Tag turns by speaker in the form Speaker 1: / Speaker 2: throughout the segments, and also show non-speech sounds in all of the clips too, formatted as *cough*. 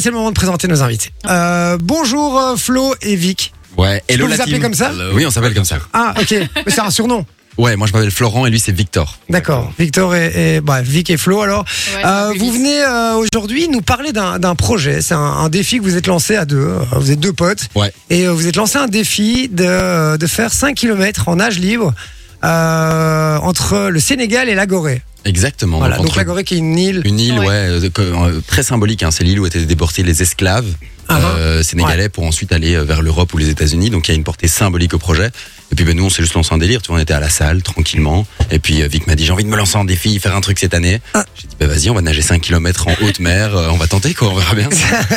Speaker 1: C'est le moment de présenter nos invités.
Speaker 2: Ah.
Speaker 1: Euh, bonjour euh, Flo et Vic.
Speaker 3: Ouais, hello
Speaker 1: vous
Speaker 3: la
Speaker 1: appelez
Speaker 3: team.
Speaker 1: comme ça
Speaker 3: Euh, Oui, on s'appelle comme ça.
Speaker 1: Ah
Speaker 2: *laughs*
Speaker 1: ok, mais c'est un surnom.
Speaker 3: Ouais, moi je m'appelle Florent et lui c'est Victor.
Speaker 1: D'accord. Victor et, et- bah, Vic et Flo alors.
Speaker 2: Ouais,
Speaker 1: Euh,
Speaker 2: un peu
Speaker 1: vous
Speaker 2: lisse.
Speaker 1: venez euh, aujourd'hui nous parler d'un d'un projet. C'est un, un défi que vous êtes lancé à deux. Euh, Vous êtes deux potes.
Speaker 3: Ouais.
Speaker 1: Et euh, vous êtes lancé un défi de, euh, de faire 5 km en nage libre euh, entre le Sénégal et la Gorée.
Speaker 3: Exactement.
Speaker 1: Voilà, donc
Speaker 3: entre
Speaker 1: la Gorée qui est une île.
Speaker 3: une île, ouais,
Speaker 2: Ouais.
Speaker 3: euh, de- que- euh, très symbolique. hein. C'est l'île où étaient déportés les esclaves
Speaker 1: Ah,
Speaker 3: euh, sénégalais pour ensuite aller euh, vers l'Europe ou les États-Unis. Donc il y a une portée symbolique au projet. Et puis ben, nous on s'est juste lancé un délire. Tu vois, on était à la salle tranquillement. Et puis euh, Vic m'a dit j'ai envie de me lancer en défi, faire un truc cette année.
Speaker 1: Ah.
Speaker 3: J'ai dit bah vas-y, on va nager 5 km en haute mer. euh, on va tenter quoi, on
Speaker 1: *laughs*
Speaker 3: verra bien.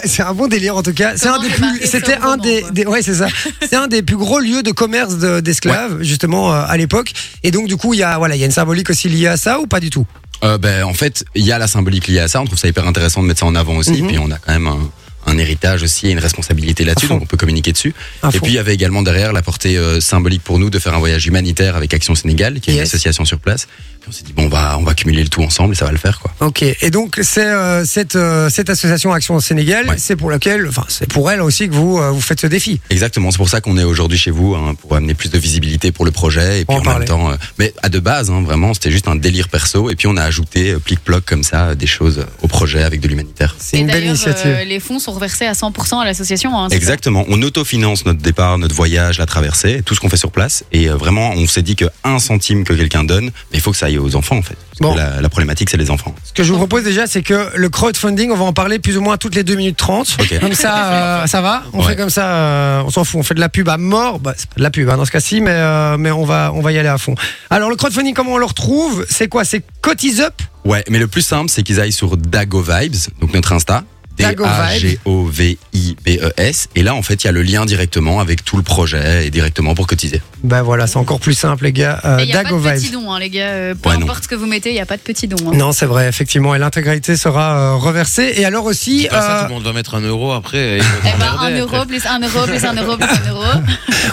Speaker 1: c'est un bon délire en tout cas. C'est
Speaker 2: Comment
Speaker 1: un des
Speaker 2: démarrer
Speaker 1: plus, c'était
Speaker 2: sobrement,
Speaker 1: un des,
Speaker 2: quoi.
Speaker 1: des- ouais
Speaker 2: *laughs*
Speaker 1: c'est ça. C'est un des plus gros lieux de commerce de- d'esclaves justement euh, à l'époque. Et donc du coup il y a voilà il y a une symbolique aussi liée à ça ou pas du tout.
Speaker 3: Euh, ben, en fait, il y a la symbolique liée à ça. On trouve ça hyper intéressant de mettre ça en avant aussi.
Speaker 1: Mhm.
Speaker 3: Et puis, on a quand même un, un héritage aussi et une responsabilité
Speaker 1: À
Speaker 3: là-dessus.
Speaker 1: fond.
Speaker 3: Donc, on peut communiquer dessus.
Speaker 1: À
Speaker 3: et
Speaker 1: fond.
Speaker 3: puis, il y avait également derrière la portée euh, symbolique pour nous de faire un voyage humanitaire avec Action Sénégal, qui est une
Speaker 1: Yes.
Speaker 3: association sur place. Puis on s'est dit, bon, on va, on va cumuler le tout ensemble et ça va le faire, quoi.
Speaker 1: Ok. Et donc c'est euh, cette euh, cette association Action au Sénégal,
Speaker 3: Ouais.
Speaker 1: c'est pour laquelle, enfin c'est pour elle aussi que vous euh, vous faites ce défi.
Speaker 3: Exactement. C'est pour ça qu'on est aujourd'hui chez vous, hein, pour amener plus de visibilité pour le projet. Et puis,
Speaker 1: On en
Speaker 3: en
Speaker 1: parlait.
Speaker 3: même temps, euh, mais à de base, hein, vraiment, c'était juste un délire perso. Et puis, on a ajouté euh, plic-ploc comme ça euh, des choses euh, au projet avec de l'humanitaire.
Speaker 1: C'est
Speaker 2: Et
Speaker 1: une belle
Speaker 2: d'ailleurs,
Speaker 1: initiative.
Speaker 2: euh, les fonds sont reversés à 100% à l'association. hein, c'est ça
Speaker 3: Exactement. On autofinance notre départ, notre voyage, la traversée, tout ce qu'on fait sur place. Et euh, vraiment, on s'est dit que un centime que quelqu'un donne, mais il faut que ça aille aux enfants en fait. Parce
Speaker 1: Bon.
Speaker 3: que la, la problématique, c'est les enfants.
Speaker 1: Ce que je vous propose déjà, c'est que le crowdfunding, on va en parler plus ou moins toutes les 2 minutes 30.
Speaker 3: Ok.
Speaker 1: Comme
Speaker 2: *laughs*
Speaker 1: ça, euh, ça va. On
Speaker 3: Ouais.
Speaker 1: fait comme ça, euh, on s'en fout. On fait de la pub à mort. Bah, c'est pas de la pub hein, dans ce cas-ci, mais, euh, mais on, va, on va y aller à fond. Alors, le crowdfunding, comment on le retrouve C'est quoi C'est Cotize Up
Speaker 3: Ouais, mais le plus simple, c'est qu'ils aillent sur Dago Vibes, donc notre Insta.
Speaker 1: Dago Vibes.
Speaker 3: D-A-G-O-V-I-B-E-S. E Et là, en fait, il y a le lien directement avec tout le projet et directement pour cotiser.
Speaker 1: Ben voilà, c'est encore plus simple, les gars. Euh,
Speaker 2: Et Il n'y a
Speaker 1: Dago
Speaker 2: pas de
Speaker 1: Vibes.
Speaker 2: petit don, hein, les gars. euh, peu
Speaker 3: Ouais, non.
Speaker 2: importe ce que vous mettez, il n'y a pas de petit don. hein.
Speaker 1: Non, c'est vrai, effectivement. Et l'intégralité sera euh, reversée. Et alors aussi,
Speaker 4: Dis pas ça,
Speaker 1: euh,
Speaker 4: tout le monde doit mettre un
Speaker 2: *laughs*
Speaker 4: euro après.
Speaker 2: Eh ben, un euro, plus un euro, plus un euro, plus un euro.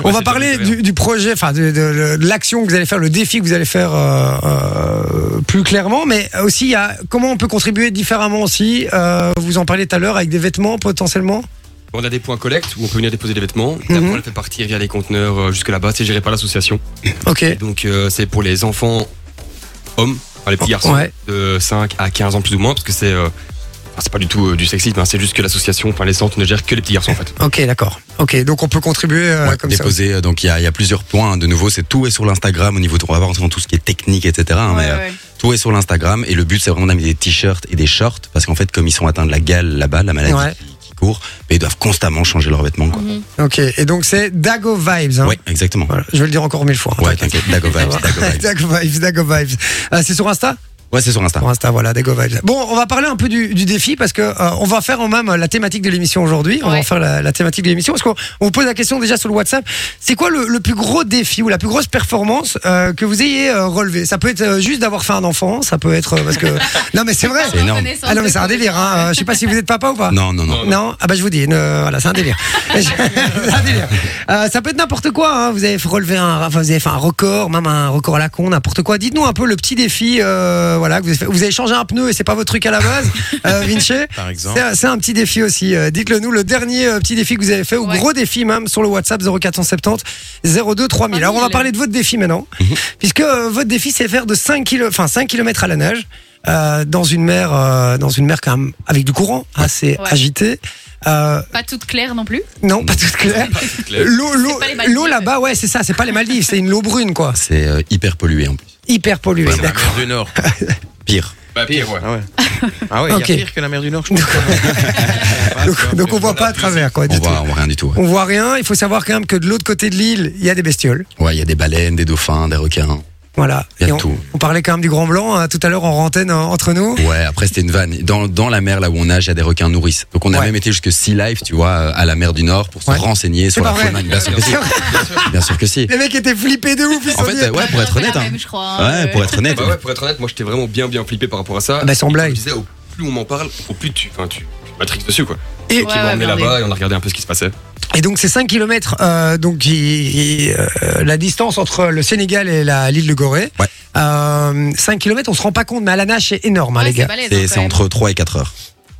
Speaker 1: on va parler du, du projet, enfin de, de- de l'action que vous allez faire, le défi que vous allez faire euh, euh, plus clairement, mais aussi il y a comment on peut contribuer différemment aussi. euh, vous en parlez tout à l'heure avec des vêtements potentiellement.
Speaker 5: On a des points collecte où on peut venir déposer des vêtements. La
Speaker 1: Mhm.
Speaker 5: poêle fait partir via les conteneurs euh, jusque là-bas. C'est géré par l'association.
Speaker 1: Ok.
Speaker 5: Et Donc euh, c'est pour les enfants hommes, enfin, les petits garçons
Speaker 1: Ouais.
Speaker 5: de 5 à 15 ans plus ou moins, parce que c'est euh, enfin, c'est pas du tout euh, du sexisme. hein, c'est juste que l'association, enfin les centres ne gèrent que les petits garçons en fait.
Speaker 1: Ok, d'accord. Ok, donc on peut contribuer euh,
Speaker 3: Ouais,
Speaker 1: comme ça.
Speaker 3: déposer. euh, Donc, il y a, il y a plusieurs points. hein. De nouveau, c'est tout est sur l'Instagram au niveau de. On va voir dans tout ce qui est technique, etc. hein,
Speaker 2: Ouais,
Speaker 3: mais, euh,
Speaker 2: ouais.
Speaker 3: Tout est sur l'Instagram et le but c'est vraiment d'amener des t-shirts et des shorts parce qu'en fait comme ils sont atteints de la gale là-bas, la maladie
Speaker 1: Ouais.
Speaker 3: qui court, mais ils doivent constamment changer leurs vêtements quoi.
Speaker 2: Mhm.
Speaker 1: Ok. Et donc c'est Dago Vibes. hein.
Speaker 3: Ouais, exactement.
Speaker 1: Voilà, Je vais le dire encore mille fois. hein.
Speaker 3: Ouais, t'inquiète, Dago vibes, Dago
Speaker 1: *laughs*
Speaker 3: vibes.
Speaker 1: Dago Vibes, Dago Vibes. Euh, c'est sur Insta
Speaker 3: Ouais, c'est sur Insta.
Speaker 1: Pour Insta, voilà, des Go Vibes. Bon, on va parler un peu du, du défi parce que euh, on va faire en même la thématique de l'émission aujourd'hui. On va
Speaker 2: Ouais.
Speaker 1: en faire la, la thématique de l'émission parce qu'on on vous pose la question déjà sur le WhatsApp. C'est quoi le, le plus gros défi ou la plus grosse performance euh, que vous ayez euh, relevé Ça peut être euh, juste d'avoir fait un enfant, ça peut être euh,
Speaker 3: *laughs*
Speaker 1: parce que non mais c'est vrai.
Speaker 3: C'est énorme.
Speaker 2: Reconnaissance
Speaker 1: Ah non mais
Speaker 2: de
Speaker 1: c'est un
Speaker 2: cause.
Speaker 1: délire. Hein. Euh, Je sais pas si vous êtes papa ou pas.
Speaker 3: Non, non, non.
Speaker 1: Non Ah bah je vous dis, ne- voilà, c'est un
Speaker 3: *laughs*
Speaker 1: délire. c'est un délire. Euh, ça peut être n'importe quoi, hein. vous avez relevé un, enfin, vous avez fait un record, même un record à la con, n'importe quoi. Dites-nous un peu le petit défi, euh, voilà, que vous avez, fait. vous avez changé un pneu et c'est pas votre truc à la
Speaker 3: *laughs*
Speaker 1: base, euh, Vinci.
Speaker 3: Par exemple.
Speaker 1: C'est- C'est un petit défi aussi. euh, Dites-le nous, le dernier euh, petit défi que vous avez fait, ou
Speaker 2: Ouais.
Speaker 1: gros défi même, sur le WhatsApp 0470 02 3000. Alors on va
Speaker 2: 3000.
Speaker 1: parler de votre défi maintenant,
Speaker 3: Mhm.
Speaker 1: puisque euh, votre défi c'est faire de 5 km, enfin 5 km à la nage. euh, dans une mer, euh, dans une mer quand même avec du courant assez
Speaker 2: Ouais.
Speaker 1: agité. Euh,
Speaker 2: Pas toute claire non plus.
Speaker 1: non, pas toute claire. L'eau, l'eau,
Speaker 2: pas les Maldives.
Speaker 1: l'eau là-bas, ouais, c'est ça. C'est pas les Maldives, c'est une eau brune, quoi.
Speaker 3: C'est euh, hyper pollué en plus.
Speaker 1: Hyper polluée.
Speaker 4: La mer du Nord.
Speaker 3: Pire.
Speaker 5: *laughs* Bah pire, ouais.
Speaker 4: Ah ouais. Ah ouais, il
Speaker 1: Ok.
Speaker 4: y a pire que la mer du Nord, je trouve.
Speaker 1: *laughs* donc, donc on voit pas à travers, quoi.
Speaker 3: On
Speaker 1: Du tout.
Speaker 3: voit, on voit rien du tout. ouais.
Speaker 1: On voit rien. Il faut savoir quand même que de l'autre côté de l'île, il y a des bestioles.
Speaker 3: Ouais, il y a des baleines, des dauphins, des requins.
Speaker 1: Voilà.
Speaker 3: Il y a
Speaker 1: on,
Speaker 3: tout.
Speaker 1: on parlait quand même du Grand Blanc hein, tout à l'heure en rantaine entre nous.
Speaker 3: Ouais, après c'était une vanne. Dans, dans la mer là où on nage, il y a des requins nourrices. Donc on a
Speaker 1: Ouais.
Speaker 3: même été jusque Sea Life, tu vois, euh, à la mer du Nord pour se
Speaker 1: Ouais.
Speaker 3: renseigner sur
Speaker 1: pas
Speaker 3: la
Speaker 1: vrai.
Speaker 3: faune. Bien sûr que si. Bien sûr que si.
Speaker 1: Les mecs étaient flippés de ouf. Ils
Speaker 3: En
Speaker 1: sont
Speaker 3: fait,
Speaker 1: dit-
Speaker 3: euh, ouais, pour
Speaker 2: On
Speaker 3: être
Speaker 2: fait la
Speaker 3: honnête. hein.
Speaker 2: même, je crois,
Speaker 1: Ah
Speaker 2: hein,
Speaker 3: Ouais, pour
Speaker 2: euh.
Speaker 3: être honnête.
Speaker 5: Bah ouais, pour être honnête, moi j'étais vraiment bien bien flippé par rapport à ça.
Speaker 1: Bah, sans
Speaker 5: Et comme
Speaker 1: blague.
Speaker 5: Je disais, au plus on m'en parle, au plus tu, enfin tu, tu matrixes dessus quoi.
Speaker 1: Et-
Speaker 5: Et
Speaker 2: euh, Ouais,
Speaker 5: qui
Speaker 2: ouais,
Speaker 5: m'a emmené
Speaker 2: blindé.
Speaker 5: là-bas et on a regardé un peu ce qui se passait.
Speaker 1: Et donc c'est 5 km euh, donc qui- euh, la distance entre le Sénégal et la- l'île de Gorée.
Speaker 3: Ouais.
Speaker 1: Euh, 5 km on se rend pas compte, mais à la nage c'est énorme, hein,
Speaker 2: Ouais,
Speaker 1: les
Speaker 2: c'est
Speaker 1: gars.
Speaker 2: balèze, hein,
Speaker 3: C'est
Speaker 2: quand
Speaker 3: c'est
Speaker 2: même.
Speaker 3: entre 3 et 4 heures.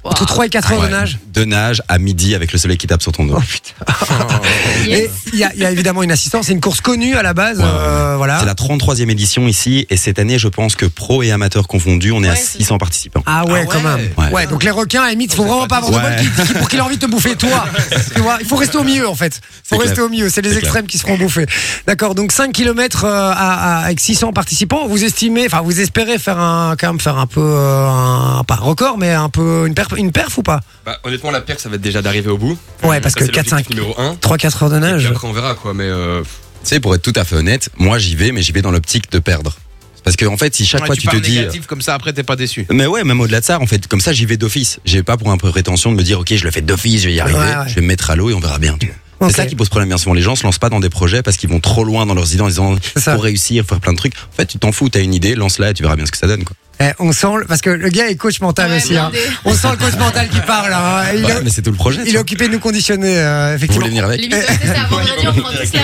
Speaker 1: Entre 3 et 4 heures
Speaker 3: Ah Ouais.
Speaker 1: de nage.
Speaker 3: De nage à midi avec le soleil qui tape sur ton dos.
Speaker 1: Oh putain. Et
Speaker 2: Yes.
Speaker 1: il y, a- il y a évidemment une assistance. C'est une course connue à la base.
Speaker 3: Ouais, ouais, ouais.
Speaker 1: euh, voilà.
Speaker 3: C'est la 33e édition ici et cette année, je pense que pro et amateurs confondus, on est à
Speaker 2: Ouais, c'est-
Speaker 3: 600 participants.
Speaker 1: Ah ouais,
Speaker 4: Ah
Speaker 1: quand même.
Speaker 4: ouais.
Speaker 1: Ouais.
Speaker 3: Ouais.
Speaker 1: donc les requins, à la limite, faut vraiment pas avoir de
Speaker 3: Ouais.
Speaker 1: bol qui- qui- pour qu'il ait envie de te bouffer,
Speaker 3: *laughs*
Speaker 1: toi. Tu vois, il faut rester au milieu, en fait. faut
Speaker 3: C'est clair.
Speaker 1: rester au milieu. C'est les
Speaker 3: C'est
Speaker 1: extrêmes qui seront bouffés. D'accord, donc 5 km à, à- avec 600 participants. Vous estimez, enfin, vous espérez faire un, quand même, faire un peu, euh, un, pas un record, mais un peu, une perf, une perf ou pas
Speaker 5: Bah, honnêtement, la perte, ça va être déjà d'arriver au bout.
Speaker 1: Ouais, parce
Speaker 5: Ça,
Speaker 1: que
Speaker 5: c'est l'objectif
Speaker 1: 4-5,
Speaker 5: numéro 1.
Speaker 1: 3-4 heures de
Speaker 5: Et puis
Speaker 1: nage.
Speaker 5: après, on verra quoi, mais euh,
Speaker 3: Tu sais, pour être tout à fait honnête, moi j'y vais, mais j'y vais dans l'optique de perdre. Parce que en fait, si chaque
Speaker 4: Ouais,
Speaker 3: fois
Speaker 4: tu
Speaker 3: tu, te
Speaker 4: pars
Speaker 3: dis. euh,
Speaker 4: négatif comme ça, après t'es pas déçu.
Speaker 3: Mais ouais, même au-delà de ça, en fait, comme ça, j'y vais d'office. J'ai pas pour un peu prétention de me dire, ok, je le fais d'office, je vais y arriver,
Speaker 1: Ouais, ouais.
Speaker 3: je vais me mettre à l'eau et on verra bien. tu vois.
Speaker 1: Ok.
Speaker 3: C'est ça qui pose problème bien souvent. Les gens se lancent pas dans des projets parce qu'ils vont trop loin dans leurs idées en disant,
Speaker 1: C'est ça.
Speaker 3: faut réussir, faut faire plein de trucs. En fait, tu t'en fous, t'as une idée, lance-la et tu verras bien ce que ça donne. Quoi.
Speaker 1: Eh, on sent, le- parce que le gars est coach mental
Speaker 2: Ouais,
Speaker 1: aussi. hein.
Speaker 2: blindé.
Speaker 1: On sent le coach mental qui parle. hein. Il,
Speaker 3: Ouais,
Speaker 1: est,
Speaker 3: mais c'est tout le projet.
Speaker 1: il est
Speaker 3: ça.
Speaker 1: occupé de nous conditionner, euh,
Speaker 3: Vous
Speaker 1: effectivement.
Speaker 3: voulez venir avec
Speaker 2: Limite, ouais, c'est ça, vendredi, on prend tous l'avion.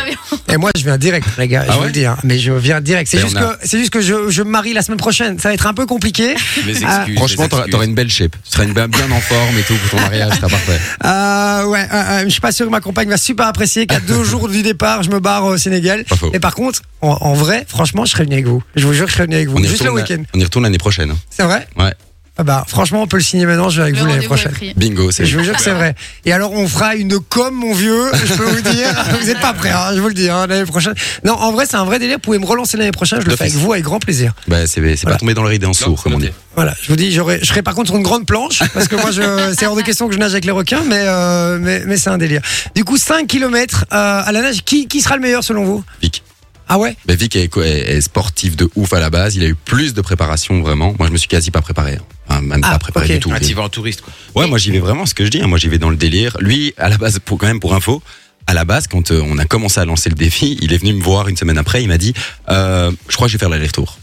Speaker 1: Et moi, je viens direct, les gars, je vous
Speaker 3: Ah ouais
Speaker 1: le dis. hein. mais je viens direct. C'est
Speaker 3: Ben,
Speaker 1: juste,
Speaker 3: on a-
Speaker 1: que, c'est juste que je, je me marie la semaine prochaine. Ça va être un peu
Speaker 3: *laughs*
Speaker 1: compliqué.
Speaker 5: les excuses.
Speaker 1: Ah.
Speaker 5: les
Speaker 3: Franchement, t'auras
Speaker 5: excuses.
Speaker 3: t'auras une belle shape. Tu seras une bien, bien en forme et tout pour ton mariage, c'est parfait.
Speaker 1: Euh, ouais, euh, euh, je suis pas sûr que ma compagne va super apprécier qu'à
Speaker 3: *laughs*
Speaker 1: deux jours du départ, je me barre au Sénégal.
Speaker 3: Pas faux.
Speaker 1: Et par contre, en, en vrai, franchement, je serais venu avec vous. Je vous jure, que je serais venu avec vous.
Speaker 3: On y
Speaker 1: Juste le
Speaker 3: retourne la-
Speaker 1: week-end.
Speaker 3: On y retourne l'année prochaine. hein.
Speaker 1: C'est vrai
Speaker 3: Ouais.
Speaker 1: Ah bah, franchement, on peut le signer maintenant. Je vais avec
Speaker 2: Le
Speaker 1: vous l'année
Speaker 2: rendez-vous est
Speaker 1: prochaine.
Speaker 2: pris.
Speaker 3: Bingo, c'est
Speaker 1: Je vous jure que c'est vrai. Et alors, on fera une com, mon vieux. Je peux vous
Speaker 3: *laughs*
Speaker 1: dire, vous n'êtes pas prêts. hein, je vous le dis. hein, l'année prochaine. Non, en vrai, c'est un vrai délire. Vous pouvez me relancer l'année prochaine. Je le fais avec vous, avec grand plaisir.
Speaker 3: Bah, c'est c'est
Speaker 1: Voilà.
Speaker 3: pas tombé dans leur idée en sourd, comme on dit.
Speaker 1: Voilà, je vous dis, j'aurais, je serais par contre sur une grande planche, parce que moi, *laughs* je, c'est hors de question que je nage avec les requins, mais, euh, mais, mais c'est un délire. Du coup, 5 km à la nage, qui, qui sera le meilleur selon vous
Speaker 3: Vic.
Speaker 1: Ah ouais
Speaker 3: Bah, Vic est, quoi- est- est sportif de ouf à la base. Il a eu plus de préparation vraiment. Moi, je me suis quasi pas préparé. hein. Enfin, même
Speaker 1: Ah,
Speaker 3: pas préparé
Speaker 1: ok.
Speaker 3: du tout.
Speaker 4: Ah, t'y vas en touriste quoi.
Speaker 3: Ouais, moi j'y vais vraiment. Ce que je dis, hein. moi j'y vais dans le délire. Lui, à la base, pour quand même pour info, à la base, quand euh, on a commencé à lancer le défi, il est venu me voir une semaine après. Il m'a dit, euh, je crois que je vais faire l'aller-retour.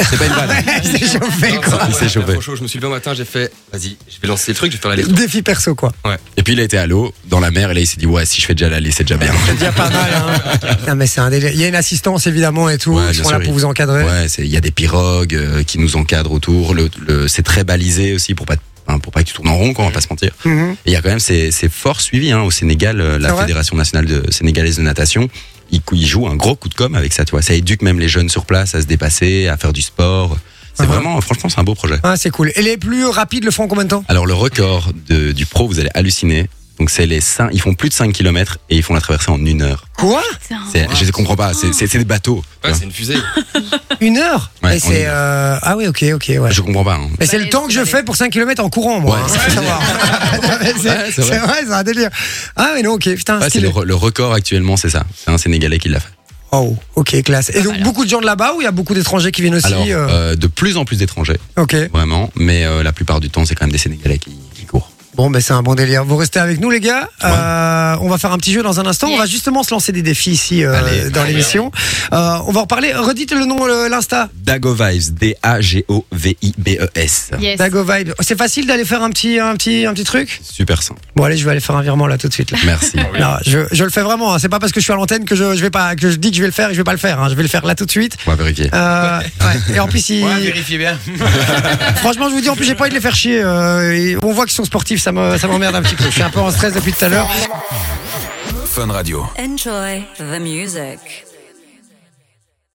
Speaker 3: Ah, C'est pas une vanne.
Speaker 1: C'est chauffé, quoi.
Speaker 3: Il s'est
Speaker 5: Ouais,
Speaker 3: chauffé.
Speaker 5: Ah, trop chaud, Je me suis levé un matin, j'ai fait, vas-y, je vais lancer le truc, je vais faire la lettre.
Speaker 1: Défi perso, quoi.
Speaker 3: Et puis il a été à l'eau, dans la mer, et là il s'est dit, ouais, si je fais déjà l'aller, c'est déjà bien.
Speaker 1: C'est déjà pas mal, hein. Non, mais c'est un délire. Il y a une assistance, évidemment, et tout.
Speaker 3: Ouais,
Speaker 1: ils
Speaker 3: bien
Speaker 1: sont là
Speaker 3: sûr,
Speaker 1: pour
Speaker 3: il-
Speaker 1: vous encadrer.
Speaker 3: Ouais, c'est- il y a des pirogues euh, qui nous encadrent autour. Le, le- c'est très balisé aussi pour pas, hein, pour pas que tu tournes en rond, quoi, on va pas se mentir.
Speaker 1: Mhm.
Speaker 3: Et il y a quand même, c'est, c'est fort suivi hein, au Sénégal, euh,
Speaker 1: C'est
Speaker 3: la
Speaker 1: vrai
Speaker 3: Fédération nationale de, sénégalaise de natation. Ils, cou- ils jouent un gros coup de com' avec ça, tu vois. Ça éduque même les jeunes sur place à se dépasser, à faire du sport. C'est
Speaker 1: Ah ouais.
Speaker 3: vraiment, franchement, c'est un beau projet.
Speaker 1: Ah, c'est cool. Et les plus rapides le font en combien de temps
Speaker 3: Alors, le record de- du pro, vous allez halluciner. Donc, c'est les 5, ils font plus de 5 km et ils font la traversée en une heure.
Speaker 1: Quoi
Speaker 2: Putain.
Speaker 3: C'est, Je ne comprends pas,
Speaker 1: Ah.
Speaker 3: c'est, c'est- c'est des bateaux. tu
Speaker 5: Ouais,
Speaker 3: vois.
Speaker 5: c'est une fusée.
Speaker 1: Une heure
Speaker 3: Ouais,
Speaker 1: Et
Speaker 3: on
Speaker 1: c'est.
Speaker 3: est-
Speaker 1: euh, Ah oui, ok, ok, ouais.
Speaker 3: Je comprends pas. hein.
Speaker 1: Mais c'est le
Speaker 2: Balèze,
Speaker 1: temps que je
Speaker 2: balèze.
Speaker 1: fais pour 5 km en courant, moi.
Speaker 3: Ouais,
Speaker 1: hein,
Speaker 3: c'est
Speaker 1: faut
Speaker 3: vrai. *laughs*
Speaker 1: savoir. *laughs*
Speaker 3: Ouais,
Speaker 1: c'est
Speaker 3: c'est vrai.
Speaker 1: c'est vrai, c'est un délire. Ah, mais non, ok, putain,
Speaker 3: Ouais, c'est
Speaker 1: stylé.
Speaker 3: le, re- le record actuellement, c'est ça. C'est un Sénégalais qui l'a fait.
Speaker 1: Oh, ok, classe. Et donc, beaucoup de gens de là-bas ou il y a beaucoup d'étrangers qui viennent aussi
Speaker 3: Alors,
Speaker 1: euh,
Speaker 3: euh, de plus en plus d'étrangers,
Speaker 1: Ok.
Speaker 3: vraiment, mais euh, la plupart du temps, c'est quand même des Sénégalais qui, qui courent.
Speaker 1: Bon, ben c'est un bon délire. Vous restez avec nous, les gars. Euh, on va faire un petit jeu dans un instant. On
Speaker 2: Yes.
Speaker 1: va justement se lancer des défis ici euh,
Speaker 3: Allez.
Speaker 1: dans l'émission. Euh, on va en reparler. Redites le nom, le- l'Insta.
Speaker 3: Dago Vibes, D-A-G-O-V-I-B-E-S.
Speaker 2: Yes.
Speaker 1: Dago Vibe. C'est facile d'aller faire un petit, un, petit, un petit truc
Speaker 3: Super simple.
Speaker 1: Bon, allez, je vais aller faire un virement là tout de
Speaker 2: *laughs*
Speaker 1: suite. Là.
Speaker 3: Merci.
Speaker 1: Non, je, je le fais vraiment. hein. C'est pas parce que je suis à l'antenne que je, je vais pas que je dis que je vais le faire et je vais pas le faire. hein. Je vais le faire là tout de suite.
Speaker 3: On va vérifier.
Speaker 1: Euh, ouais. Et en
Speaker 2: *laughs*
Speaker 1: plus, il-
Speaker 4: Ouais, vérifiez bien.
Speaker 1: franchement, je vous dis, en plus, j'ai pas envie de les faire chier. euh, et on voit qu'ils sont sportifs, ça me- ça m'emmerde un petit peu. Je suis un peu en stress depuis tout à l'heure.
Speaker 6: Enjoy the music.